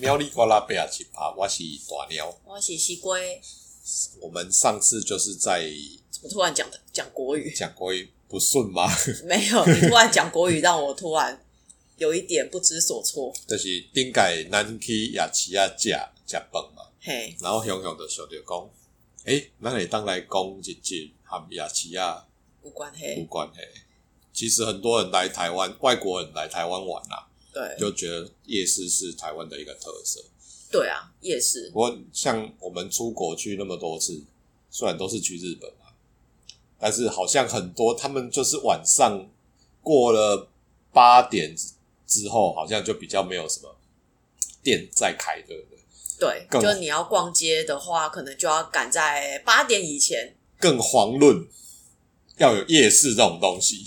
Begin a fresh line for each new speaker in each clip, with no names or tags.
鸟里呱啦贝亚奇葩，我是大鸟。
我要写西龟，
我们上次就是在
怎么突然讲的讲 国语？
讲国语不顺吗？
没有，你突然讲国语，让我突然有一点不知所措。
就是顶改咱去亚齐亚食食饭嘛，
嘿，
然后雄雄就想着讲，诶、咱会当来讲一集和亚齐亚
无关
有
嘿，
关系。其实很多人来台湾，外国人来台湾玩啦、
对
就觉得夜市是台湾的一个特色。
对啊，夜市
不过像我们出国去那么多次，虽然都是去日本嘛，但是好像很多他们就是晚上过了八点之后，好像就比较没有什么店在开，对不对？
对，
更
就你要逛街的话，可能就要赶在八点以前。
更遑论要有夜市这种东西，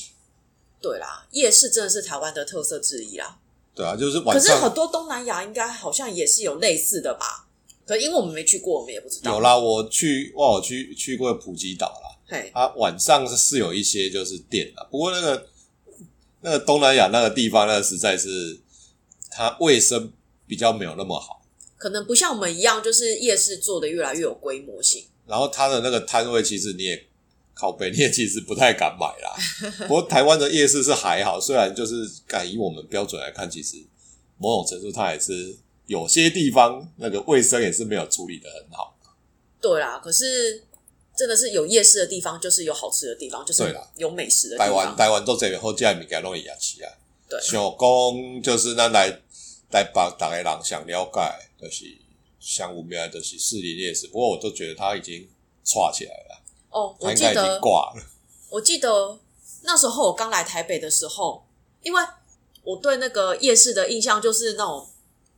对啦，夜市真的是台湾的特色之一啦。
对啊，就是晚
可是
上
很多东南亚应该好像也是有类似的吧？可因为我们没去过，我们也不知道。
有，啦。我去哇，我去去过普吉岛啦，
嘿，
啊，晚上是是有一些就是店啊，不过那个那个东南亚那个地方，那个实在是它卫生比较没有那么好，
可能不像我们一样，就是夜市做的越来越有规模性。
然后它的那个摊位其实你也靠北，你也其实不太敢买 啦。不过台湾的夜市是还好，虽然就是敢以我们标准来看，其实某种程度它也是有些地方那个卫生也是没有处理的很好。
对啦，可是真的是有夜市的地方，就是有好吃的地方，就是
对啦
有美食的地
台湾
方。
台湾做这个好食的物件拢会亚起啊。
对
想讲就是咱来台北，大家人想了解，就是想有名的就是士林夜市。不过我都觉得它已经串起来了，
哦，
它
我
应
记
该已经
得，
挂了。
我记得那时候我刚来台北的时候，因为我对那个夜市的印象就是那种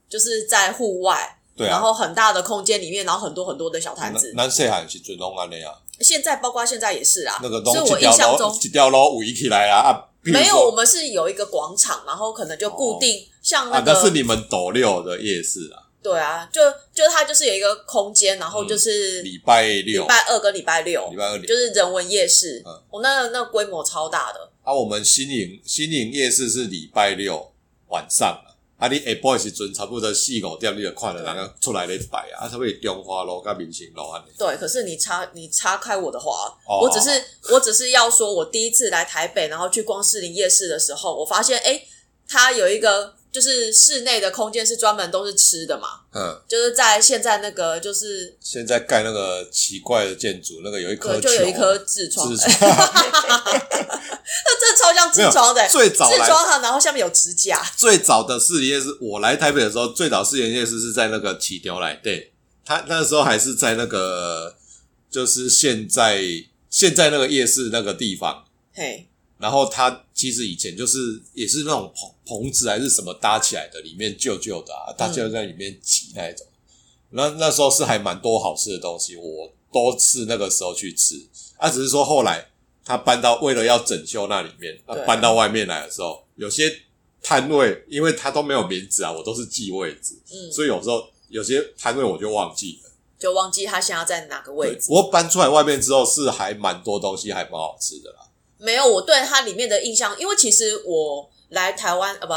就是在户外，
对
然
啊，
后很大的空间里面，然后很多很多的小摊子。
咱细汉时阵拢安尼啊，
现在包括现在也是啦，
那个
所
拢
以
一
我印象
条
中
路一条路围起来啊啊。比如
没有，我
说
们是有一个广场，然后可能就固定、像
啊，
个、
那是你们斗六的夜市啊，
对啊，就就它就是有一个空间，然后
嗯
就是
礼拜
礼
六、
拜二跟礼拜六
礼，拜二、礼
就是人文夜市，
嗯
我、那个那个规模超大的，
啊，我们新营新营夜市是礼拜六晚上啊，啊，你下晡的时阵差不多四五点，你就看到人家出来咧摆啊，啊，差不多中华路甲民生路安尼。
对。可是你插你插开我的话，
哦
我只是我只是要说，我第一次来台北，然后去逛士林夜市的时候，我发现哎、诶它有一个就是室内的空间是专门都是吃的嘛，
嗯，
就是在现在那个就是
现在盖那个奇怪的建筑，那个有一颗
对，
球
就
啊，
有一颗痔疮，
痔
那
疮。
真的超像痔疮的、
没有最早来
痔疮啊，然后下面有指甲，
最早的士林夜市，我来台北的时候，最早士林夜市是在那个起条来对，他那时候还是在那个就是现在现在那个夜市那个地方。
嘿，
然后它其实以前就是也是那种棚棚子还是什么搭起来的，里面旧旧的
嗯
啊，大家就在里面挤那一种。那那时候是还蛮多好吃的东西，我都是那个时候去吃。啊，只是说后来他搬到为了要整修那里面，他
对啊
搬到外面来的时候，有些摊位因为它都没有名字啊，我都是记位置，
嗯，
所以有时候有些摊位我就忘记了。
就忘记它现在在哪个位
对，
置。
不过搬出来外面之后是还蛮多东西，还蛮好吃的啦。
没有，我对它里面的印象，因为其实我来台湾呃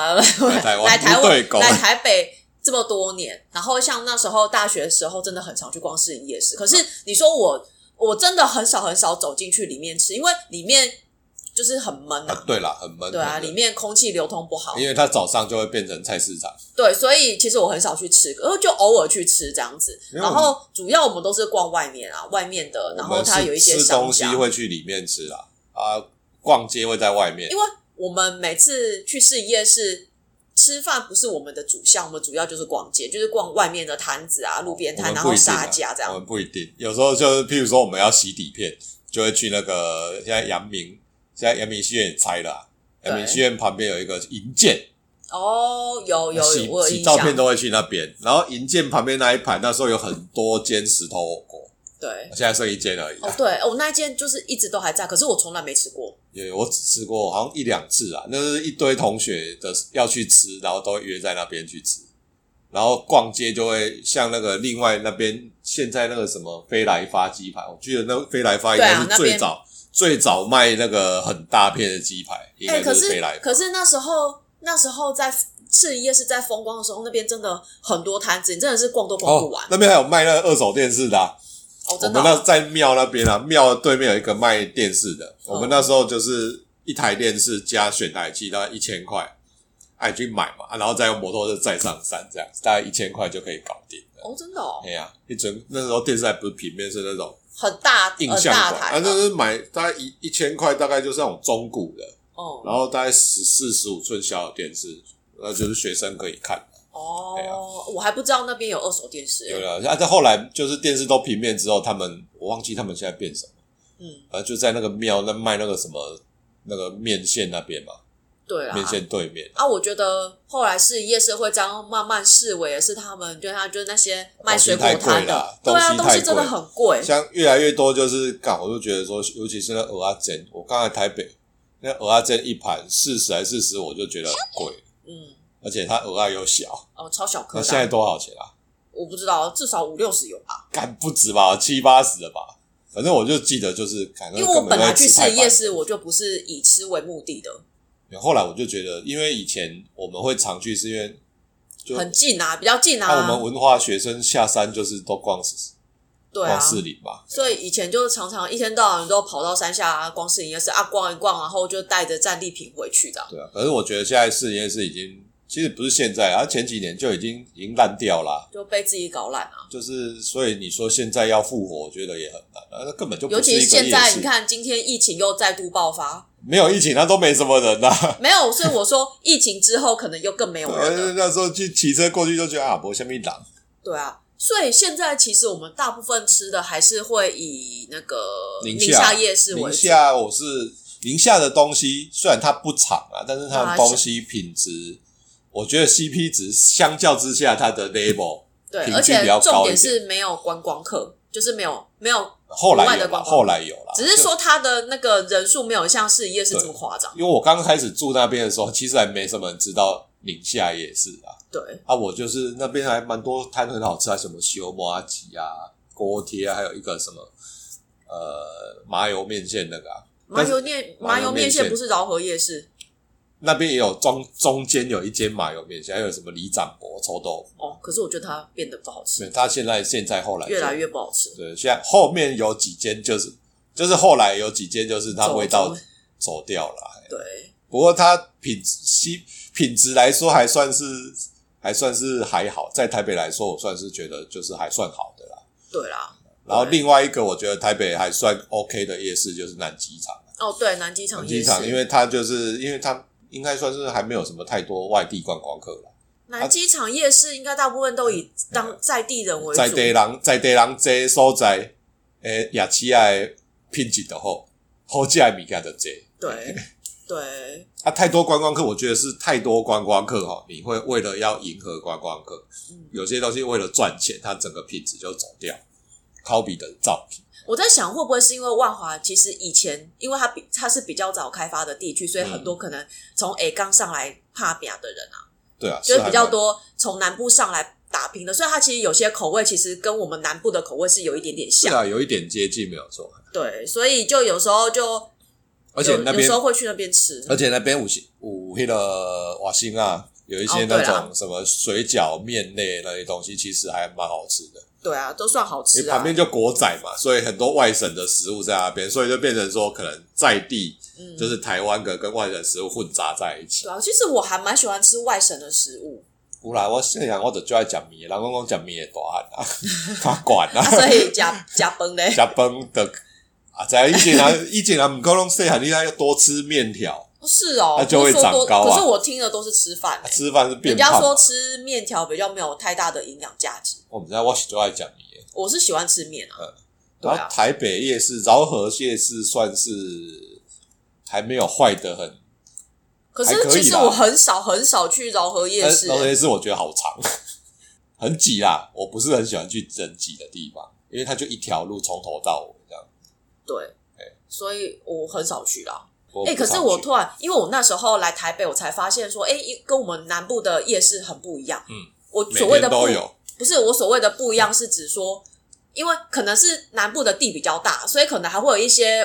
不，
来台湾
来台
不对狗
来台北这么多年，然后像那时候大学的时候，真的很常去逛市营夜市。可是你说我，我真的很少很少走进去里面吃，因为里面就是很闷
啊
啊，，
对啦，很闷。
对啊，
很闷
里面空气流通不好，
因为它早上就会变成菜市场，
对，所以其实我很少去吃，然后就偶尔去吃这样子。
没有
然后主要我们都是逛外面啊，外面的，然
我
后
们
它
是
有一些
吃
商
东西
家，
会去里面吃啦，啊，逛街会在外面
因。为我们每次去市夜市吃饭不是我们的主项，我们主要就是逛街，就是逛外面的摊子啊、路边
我
摊，
们
然
不
后
一定
杀
啊
价这
我
样。
们不一定，有时候就是譬如说我们要洗底片，就会去那个现在阳明，现在阳明戏院也拆了啊、
对
阳明戏院旁边有一个银建，
哦，有有
啊洗
有，我有
洗
印
照片
象。
都会去那边。然后银建旁边那一排那时候有很多间石头火锅，
对，
现在剩一间而已啊、
哦对，哦那一间就是一直都还在，可是我从来没吃过。
有，我只吃过好像一两次啊，那是一堆同学的要去吃，然后都会约在那边去吃，然后逛街就会像那个另外那边现在那个什么飞来发鸡排，我记得那个飞来发应该是
对啊那
最
边
早、最早卖那个很大片的鸡排，应
哎、
该
可
就是飞来发。
可是那时候那时候在赤一夜市在风光的时候，那边真的很多摊子，你真的是逛都逛不
哦
完。，
那边还有卖那个二手电视的、啊，
哦，
我
真的
们
哦、
那在庙那边啊，庙对面有一个卖电视的，我
嗯
们那时候就是一台电视加选台器，大概一千块，哎、去买嘛，啊然后再用摩托车再上山，这样大概一千块就可以搞定了。
哦，真的哦，
哎呀、一整那时候电视还不是平面，是那种
很大
印
很
象
呃大
馆，
台
啊，
嘛，
就是买大概一一千块，大概就是那种中古的，
哦
然后大概十四十五寸小的电视，那就是学生可以看。对啊
哦，我还不知道那边有二手电视
有
欸，
了，啊，在后来就是电视都平面之后，他们我忘记他们现在变什么，
嗯，
反正就在那个庙那卖那个什么那个面线那边嘛，
对啊，
面线对面。
啊，我觉得后来是夜市会这样慢慢视为也是他们，对他就是那些卖水果
东西太
摊
贵了
的，对啊，
东
东
西
西真的
太贵
很贵，
像越来越多就是干，我就觉得说，尤其是那鹅阿煎，我刚来台北那鹅阿煎一盘四十还四十，我就觉得很贵，
嗯，
而且它鹅阿又小，
哦，超小颗
那
的
现在
啊，
多少钱啊？
我不知道，至少五六十有吧，
干不止吧，七八十了吧？反正我就记得就是，干
因为我本来去
吃
吃夜市，我就不是以吃为目的的，
后来我就觉得，因为以前我们会常去，是因为就
很近啊，比较近
那我
啊
们，文化学生下山就是都逛市、
对啊
逛。市里嘛，
所以以前就是常常一天到晚都跑到山下、啊、光是夜市啊逛一逛，然后就带着战利品回去的。
对啊。可是我觉得现在市夜市已经，其实不是现在啊，前几年就已经已经烂掉啦。
就被自己搞烂啊。
就是所以你说现在要复活，我觉得也很难啊，那根本就不
尤
是一
其
个
是现在，
夜
你
市
看今天疫情又再度爆发，
没有疫情，那都没什么人啊。
没有，所以我说疫情之后可能又更没有人啊了。
那时候去骑车过去就觉得啊，不下面挡，
对啊，所以现在其实我们大部分吃的还是会以那个
宁夏
夏夜市为
宁
主。
夏我是宁夏的东西，虽然它不长啊，但是它
啊
的东西品质，我觉得 CP 值相较之下，它的 label
对，
平均
而且
比较
重
高一
点
点啊
是没有观光客，就是没有没有，
后
国
来
外
有
的
了，
观光
后来有了，
只是
就
说它的那个人数没有像是夜市这么夸张。
因为我刚开始住那边的时候，其实还没什么人知道宁夏夜市啊。
对，
啊，我就是那边还蛮多摊很好吃啊，什么修摩阿吉啊、锅贴啊，还有一个什么呃麻油面线那个啊，
麻
但是
油面
麻
麻
油
油
面
面线
线
不是饶河夜市
那边也有中中间有一间麻油面线，还有什么里长伯臭豆腐，
哦，可是我觉得它变得不好
对，
吃，
他现在现在后来就
越来越不好吃。
对，现在后面有几间就是就是后来有几间就是它
走
味道
走
走掉了啊，
对，
不过它品质西品质来说还算是还算是还好，在台北来说，我算是觉得就是还算好的啦。
对啦，
然后
对
另外一个我觉得台北还算 OK 的夜市就是南机场，
哦对，南机场
南
夜
机
市，
场因为它就是因为它应该算是还没有什么太多外地观光客了，
南机场夜市应该大部分都以当在地人为主，
在地人在地人这所在，诶，亚细亚的品质的好，好食的物件的这。
对对，
啊，太多观光客，我觉得是太多观光客哈，你会为了要迎合观光客，
嗯
有些东西为了赚钱，它整个品质就走掉。考比的造品，
我在想，会不会是因为万华其实以前，因为它比它是比较早开发的地区，所以
嗯
很多可能从 A 刚上来怕表的人啊，
对啊，
就是
还
比较
蛮。
多从南部上来打拼的，所以它其实有些口味其实跟我们南部的口味是有一点点
是
像，
啊，有一点接近没有错，
对，所以就有时候就
而且
有
那
有
边
时，候会去那边吃，
而且那边五星五那个瓦辛啊，有一些
哦对
那
啦
种什么水饺、面类那些东西，其实还蛮好吃的。
对啊，都算好
因为
吃
旁
啊，
边就国仔嘛，所以很多外省的食物在那边，所以就变成说，可能在地
嗯，
就是台湾的跟外省食物混杂在一起
对。啊，其实我还蛮喜欢吃外省的食物，
有啦，我细汉我就最爱食面，人讲讲食面会大汉 啊，较管啊
啊、， 所以加加 崩嘞，
食饭的啊，在以前啊， 以前啊，毋过拢细汉，你还要多吃面条，
是哦，
那就会
不是说多
长高啊
可是我听的都是吃饭、
啊
欸，
吃饭是变
人家
胖
说
嘛。
吃面条比较没有太大的营养价值，
我们知道我是最爱食面的，
我是喜欢吃面啊。对
然
啊
后台北夜市、饶河夜市算是还没有坏的很，
可
还
是
可以
其实
啦
我很少很少去饶河夜
但
市
是、饶河夜市我觉得好长， 很挤啦，我不是很喜欢去人挤的地方，因为它就一条路从头到尾这样。
对，所以我很少去啦。
哎我
哎、
不
可是
常
我
去
突然，因为我那时候来台北，我才发现说，哎、跟我们南部的夜市很不一样。
嗯，
我
每
所谓的
天
不
都有，
不是我所谓的不一样，是指说，因为可能是南部的地比较大，所以可能还会有一些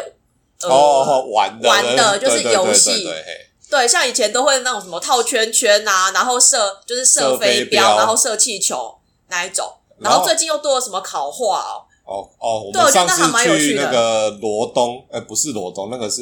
呃
哦，玩的
玩的就是游戏
对对对对对嘿
对，像以前都会那种什么套圈圈啊，然后射就是射
射
飞
飞镖
然后射气球那一种，然
然后
后最近又多了什么烤画哦，
哦哦，我
对我
们
觉
上
得那
次
还蛮有趣
去
的
那个罗东，呃，不是罗东，那个是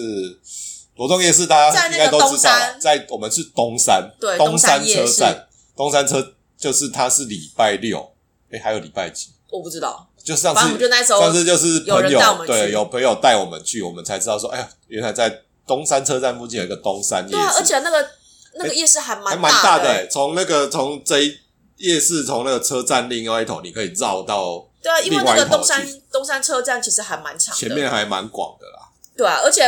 罗东夜市，大
在
家
那
应
个
该都
东
知道
山
啊，在我们是东山，
对
东
东山夜
车
市
站，东山车就是它是礼拜六，哎，还有礼拜几？
我不知道，
就上
反正我们
次
就那时候
上次就是
有人
朋友
带我们去
对，有朋友带我们去，我们才知道说，哎呀，原来在东山车站附近有一个东山夜市，
对啊，而且那个那个夜市还蛮
还蛮大
的
的、
欸，
欸，从那个从这一夜市从那个车站另外一头，你可以绕到
对啊，因为那
另外一
个
头
东山
去
东山车站其实还蛮长的，
前面还蛮广的啦。
对啊，而且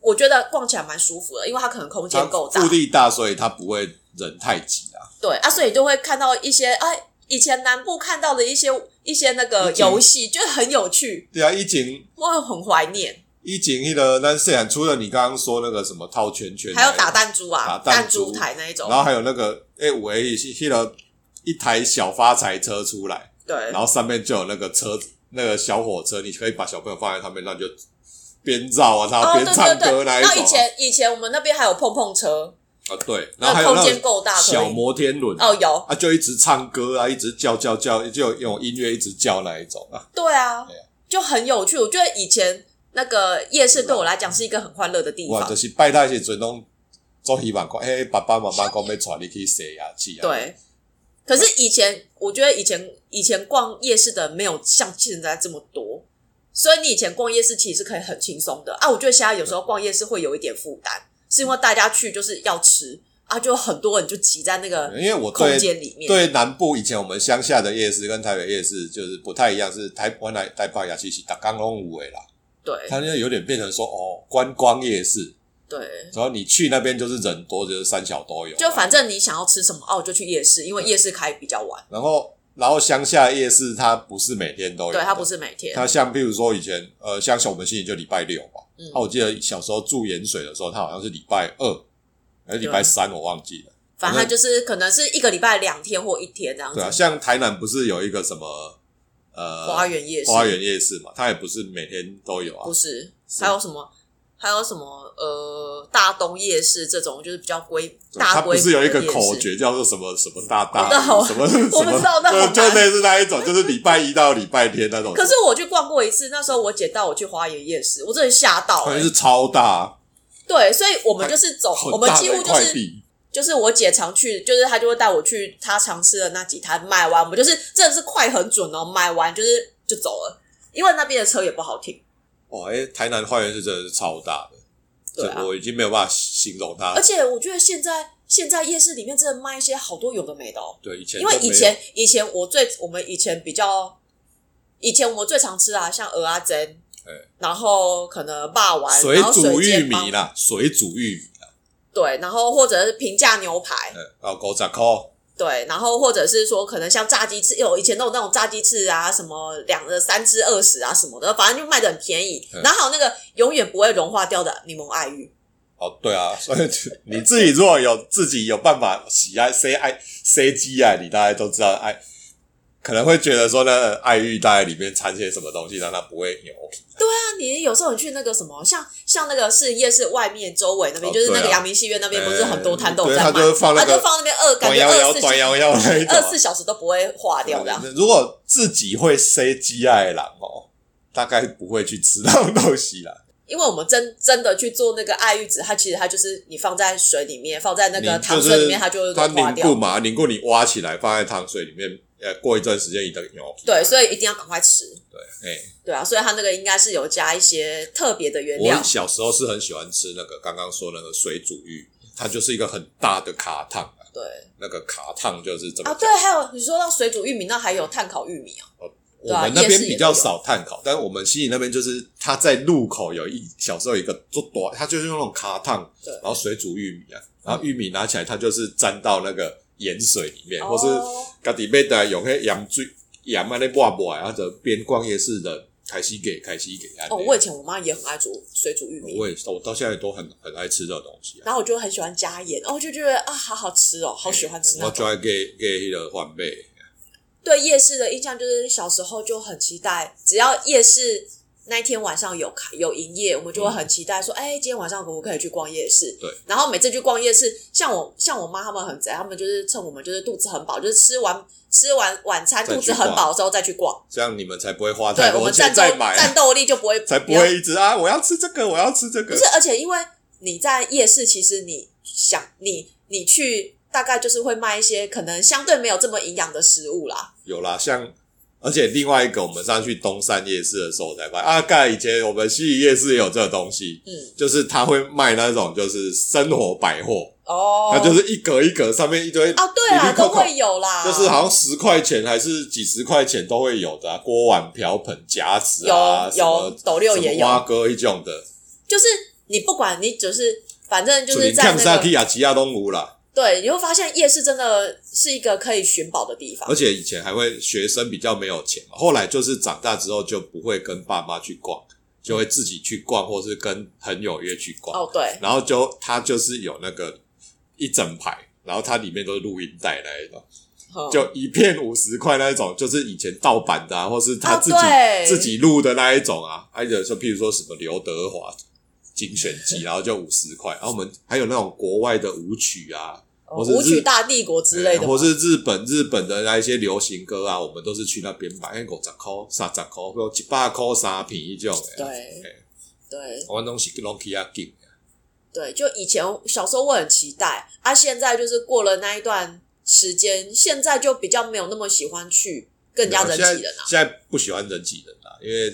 我觉得逛起来蛮舒服的，因为它可能空
它
间够大，
腹地大，所以它不会人太挤啊。
对啊，所以就会看到一些哎，以前南部看到的一些一些那个
以前
游戏，就很有趣，
对啊，一景
我会很怀念。
一景那个那虽然除了你刚刚说那个什么套圈圈，
还有打，弹珠啊，
打
弹
弹珠
台那一种
然，后还有那个哎，我也是那个一台小发财车出来，
对
然后上面就有那个车子那个小火车，你可以把小朋友放在上面，那你就边绕啊，
哦
他边
对
唱
对
歌
对，
那一种
然后
啊。
以前以前我们那边还有碰碰车，
啊，对，然后还
那
有
空
那
间
种
够大，可
小
以
摩天轮
哦有，
啊，就一直唱歌啊，一直叫叫叫，就用音乐一直叫那一种啊。
对啊
对啊，
就很有趣。我觉得以前那个夜市对我来讲是一个很欢乐的地
哇，就
方，
是拜拜时阵拢做希望讲，诶、爸爸妈妈讲要带你去洗牙齿啊。，
对。可是以前我觉得以前以前逛夜市的没有像现在这么多，所以你以前逛夜市其实是可以很轻松的啊。我觉得现在有时候逛夜市会有一点负担，是因为大家去就是要吃啊，就很多人就挤在那个
因为我
空
对
间里面。
对南部以前我们乡下的夜市跟台北夜市就是不太一样，是台湾来台北夜市是打刚龙五诶啦，
对
它就有点变成说哦观光夜市，
对，
然后你去那边就是人多，就是三小都有啊，
就反正你想要吃什么哦，就去夜市，因为夜市开比较晚，
然后然后乡下夜市它不是每天都有的，
对，它不是每天，
哦它像比如说以前，呃，像小我们心里就礼拜六嘛。啊
嗯
那、我记得小时候住盐水的时候，它好像是礼拜二还是礼拜三，
啊
我忘记了。
反正它就是可能是一个礼拜两天或一天这样子
对。啊，像台南不是有一个什么呃
嗯花园夜市，
花园夜市嘛，它也不是每天都有啊
不。是，
是
还有什么？还有什么？呃，大东夜市这种就是比较规
对
大
它
规模
不是有一个
的夜市
口，诀叫做什么什么大大
我
什
知
么什么，
我不知道那好难
就就类似那一种，就是礼拜一到礼拜天那种。
可是我去逛过一次，那时候我姐带我去花园夜市，我真的吓到、
好
欸
像是超大，
对，所以我们就是走，
好
我们
大
几
的
乎
一
就
块
是
地。
就是我姐常去，就是她就会带我去她常吃的那几摊，买完我们就是真的是快很准哦，买完就是就走了，因为那边的车也不好停，
哇，哎、台南花园是真的是超大的，
对啊
这我已经没有办法形容它
而且我觉得现在现在夜市里面真的卖一些好多有的没的哦，
对，以前
因为
都没
以
有
前以前我最我们以前比较，以前我们最常吃的啊，像鹅阿珍
哎，
然后可能霸丸，
水
然后
煮玉
煎
米
包，
啦，水煮玉米啦，
对，然后或者是平价牛排，
嗯，然后狗仔扣，
对，然后或者是说，可能像炸鸡翅，有以前都有那种炸鸡翅啊，什么两个三只二十啊什么的，反正就卖的很便宜。
嗯
然后还有那个永远不会融化掉的柠檬爱玉，
哦，对啊，所以你自己如果有自己有办法喜爱 C 爱 C G 爱，啊你大概都知道爱，可能会觉得说呢，爱玉大概里面掺些什么东西，让它不会有。
那你有时候你去那个什么，像像那个是夜市外面周围那边，
哦
就是那个
对啊
阳明戏院那边，不是很多摊都有
对
在卖，
他就会放那个
啊就放那边二，感
短
觉
腰
二
腰、
十
短
四
腰腰那一种
二
啊
十四小时都不会化掉的啊。
如果自己会 C G 爱的人哦，大概不会去吃那种东西啦。
因为我们真真的去做那个爱玉子，它其实它就是你放在水里面，放在那个
你
糖
就是
水里面，它就会
它
融化
凝
掉
固。嘛，凝固你挖起来放在糖水里面，呃，过一段时间你的牛
对，所以一定要赶快吃。
对，哎、
对啊，所以它那个应该是有加一些特别的原料
我。小时候是很喜欢吃那个刚刚说那个水煮鱼，它就是一个很大的卡烫啊，
对
那个卡烫就是这么
啊，
讲
对，还有你说到水煮玉米，那还有炭烤玉米哦。对
我
啊
们那
夜
边
市也
比较少炭烤，但我们西里那边就是它在路口有一小时候有一个做短，它就是用那种卡烫
对，
然后水煮玉米啊，然后玉米拿起来它就是沾到那个盐水里面，或是
哦
家己买的用迄盐水盐安尼抹抹的，啊，就边逛夜市的开始给开始给啊。
哦，我以前我妈也很爱煮水煮玉米，
我也我到现在都很很爱吃这种东西啊。
然后我就很喜欢加盐，哦，我就觉得啊，好好吃哦，好喜欢吃那
我就
种。
爱给给迄个换贝，
对夜市的印象就是小时候就很期待，只要夜市那一天晚上有开有营业，我们就会很期待说，哎、今天晚上可不可以去逛夜市？
嗯对。
然后每次去逛夜市，像我像我妈他们很宅，他们就是趁我们就是肚子很饱，就是吃完吃完晚餐
再去
肚子很饱之后再去逛。
这样你们才不会花
对
太，
我
多
们
钱
战斗
再买，
战斗力就不 会
才不会一直啊，我要吃这个，我要吃这
不
个
是，，而且因为你在夜市，其实你想你你去大概就是会卖一些可能相对没有这么营养的食物啦。
有啦，像而且另外一个，我们上去东山夜市的时候才发现，啊，盖以前我们西宜夜市也有这个东西，
嗯，
就是他会卖那种就是生活百货，
哦
它就是一格一格上面一堆，
哦，对
里
啦，
里扣
都
扣
会有啦，
就是好像十块钱还是几十块钱都会有的、啊，锅碗瓢盆夹子啊，
有有斗六也
什么蛙
有，
哥一种的，
就是你不管你只是反正就是
你
在
看
那
萨提
个
亚吉亚东湖啦，
对，你会发现夜市真的是一个可以寻宝的地方
而。且以前还会学生比较没有钱嘛，后来就是长大之后就不会跟爸妈去逛，就会自己去逛，或是跟朋友约去逛。
哦，对，
然后就它就是有那个一整排，然后它里面都是录音带那一种，
嗯
就一片五十块那一种，就是以前盗版的、啊，或是他自己、
啊对
自己录的那一种啊，还有说譬如说什么刘德华。精选集，然后就五十块，然啊后我们还有那种国外的舞曲啊，
哦
或是
舞
日
曲大帝国之类的
或
嘛，
是日本日本的那一些流行歌啊，我们都是去那边买，哎，五十块、三十块，或一百块、三片一种的。
对
嘿，
对。
我们东西拢起啊紧。
对，就以前小时候我很期待，啊，现在就是过了那一段时间，现在就比较没有那么喜欢去更加人挤人啊，
现在。现在不喜欢人挤人啊，因为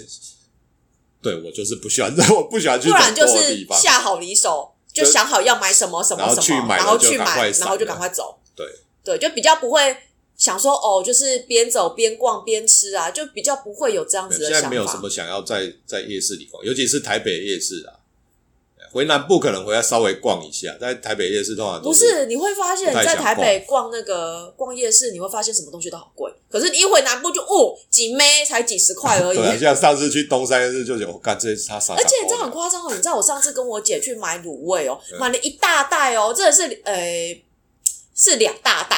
对我就是不喜欢， 我不喜欢去
不然
人
就
多的地
是
方。
下好离手，就
就
想好要买什么什么
然后
什
去
么，
买
然后
了就
去
赶
买，
快
然
散
后就
了
赶快走。
对
对，就比较不会想说哦，就是边走边逛边吃啊，就比较不会有这样
对
子的
现
想
在
法。
没有什么想要在在夜市里逛，尤其是台北夜市啊。回南部可能回来稍微逛一下，在台北夜市通常都
不是，你会发现
不太
在
想
台北逛那个逛夜市，你会发现什么东西都好贵，可是你一回南部就哦，几枚才几十块而已
对、。啊，像上次去东山夜市就觉得，我、哦干这他傻傻。
而且这很夸张哦！你知道我上次跟我姐去买卤味哦，
嗯
买了一大袋哦，真的是呃是两大袋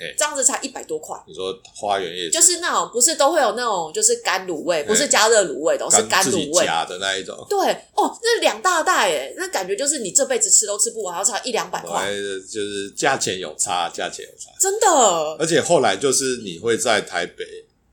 哎，
这样子才一百多块。
你说花园夜市
就是那种不是都会有那种就是干卤味，不是加热卤味的哦，是干
哎自己
卤味。
夹的那一种，
对哦，那两大袋哎，那感觉就是你这辈子吃都吃不完，要差一两百
我还
块，
就是价钱有差，价钱有差。
真的。哦
而且后来就是你会在台北，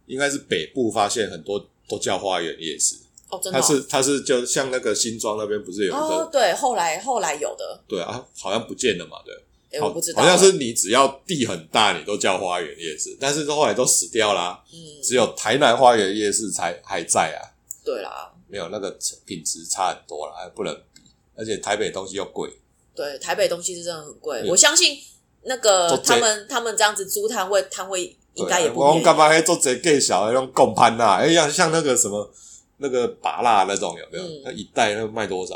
应该是北部发现很多都叫花园夜市，
哦，真的
它
哦、
是它是就像那个新庄那边不是有一个、
哦，对，后来后来有的，
对啊，好像不见了嘛，对，啊
哎，
好
我不知道，
好像是你只要地很大，你都叫花园夜市，但是后来都死掉啦，
嗯，
只有台南花园夜市才还在啊，
对啦，
没有那个品质差很多啦，不能比，而且台北东西又贵，
对，台北东西是真的很贵，
对
我相信那个
都这
他们他们这样子租摊位，摊位应该也不
对啊我讲
便宜
干嘛还做这给小的那种共攀呐？哎，像像那个什么那个拔蜡那种有没有？
嗯
那一袋那个卖多少？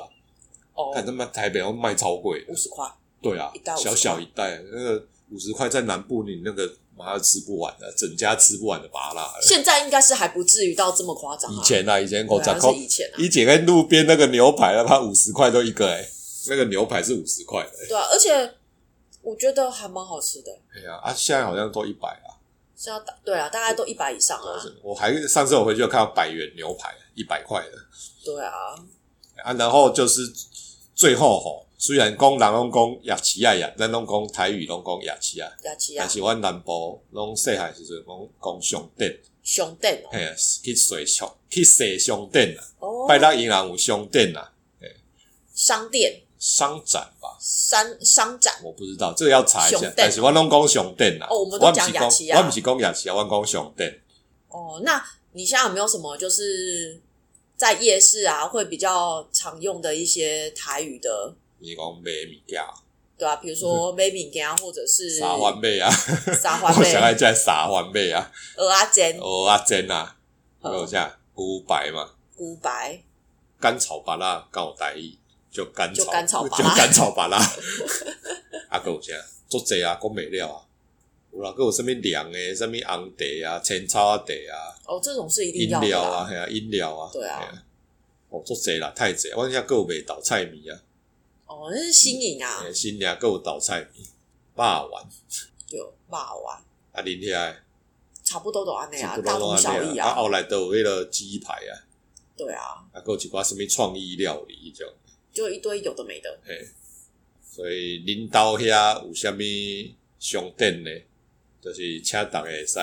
哦，
看他妈台北要卖超贵的
五，十块，
对啊
一袋，50
小小一袋那个五十块在南部你那个妈的吃不完的，整家吃不完的拔蜡。
现在应该是还不至于到这么夸张、啊。
以前啊，以前
对
我咋
啊，
扣
是以前啊，
以前在路边那个牛排，他妈五十块都一个哎，那个牛排是五十块的，哎
对啊，而且我觉得还蛮好吃的，
哎呀啊，现在好像都一百啊。
现在大对啊，大概都一百以上
不知道
啊
是，我还上次我回去有看到百元牛排一百块的，
对啊，
啊，然后就是最后吼，虽然讲人拢讲亚齐亚亚，咱拢讲台语拢讲亚齐亚，
亚琪啊亚
但是阮南部拢细汉时阵讲讲上殿，
熊蛋
嘿，去洗上去洗上殿啊，
哦，
拜六银行有上殿啊，
商店
商展吧，
商商展
我不知道，这个要查一
上
下
殿。
但是阮拢讲上殿啊，
哦我们都
不是
讲亚齐亚
我毋是讲亚齐亚，我讲上殿。
哦。那你现在有没有什么就是在夜市啊会比较常用的一些台语的？
你讲买物件，
对啊，比如说 baby 啊，或者是
沙番妹啊，
撒欢
嗯我想爱
妹、
在沙番妹啊，
鹅阿煎、
蚵仔煎啊，还有
嗯
啥牛排嘛，
古白，
甘草巴拉告台语，就甘草，
就甘草巴
就
拉
甘草 巴拉。啊，还有啥？做济啊，讲袂了啊。有啦，还有啥物凉诶，啥物红茶啊，青草啊茶啊，
哦，这种是一定
饮
要的
料
啦
啊，嘿啊，饮料啊，
对啊
嘿。哦，做济啦，太济。我遐还有卖倒菜米啊，
哦，那是新颖啊，
诶，新娘还有倒菜米、肉丸
有霸王，
啊，恁遐诶，
差不多都安尼啊
差不，多
大
拢
同
安尼啊
小异啊
啊。啊，后来都有迄个鸡排啊，
对啊，
啊，够几挂什么创意料理这样，
就一堆有的没的。
嘿，所以恁兜遐有啥物商店呢？就是请逐个会使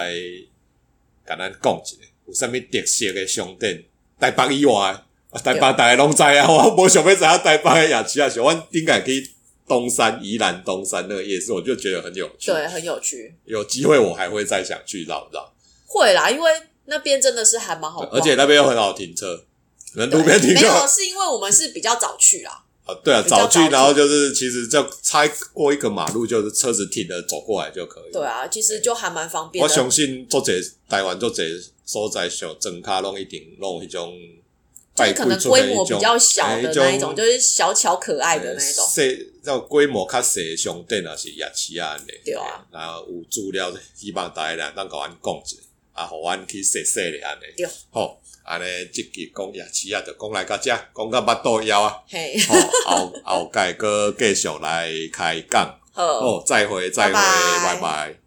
甲咱讲一下，有啥物特色的商店？台北以外的，啊，台北
对
逐个拢知啊，我无想要知影台北的夜市啊，像阮顶下去东山宜兰东山那个夜市，我就觉得很有趣。
对，很有趣。
有机会我还会再想去绕绕，
会啦，因为那边真的是还蛮好逛的，
而且那边又很好停车，可能
对
路边停
没
车
有，是因为我们是比较早去 啦。
啊，对啊，
比较
早去
早，去
然后就是其实就差过一个马路，就是车子停了走过来就可以。
对，啊，其实就还蛮方便
我
的
相。信做者台湾做者所在小镇卡拢一定拢有迄种，
就是可能规模比较小的那一种，
哎就
就是小巧可爱的那一种。
呃细，那规模较细的商店啊是夜市啊安尼。
对啊，
然后有资料，希望大家咱甲阮讲一下，啊，互阮去细细咧安尼。
对，
好，安尼即期讲夜市啊，就讲来到遮，讲到巴肚枵啊。
嘿，
好，后后届哥继续来开讲。
好。
哦，再会，再会，
拜拜
拜拜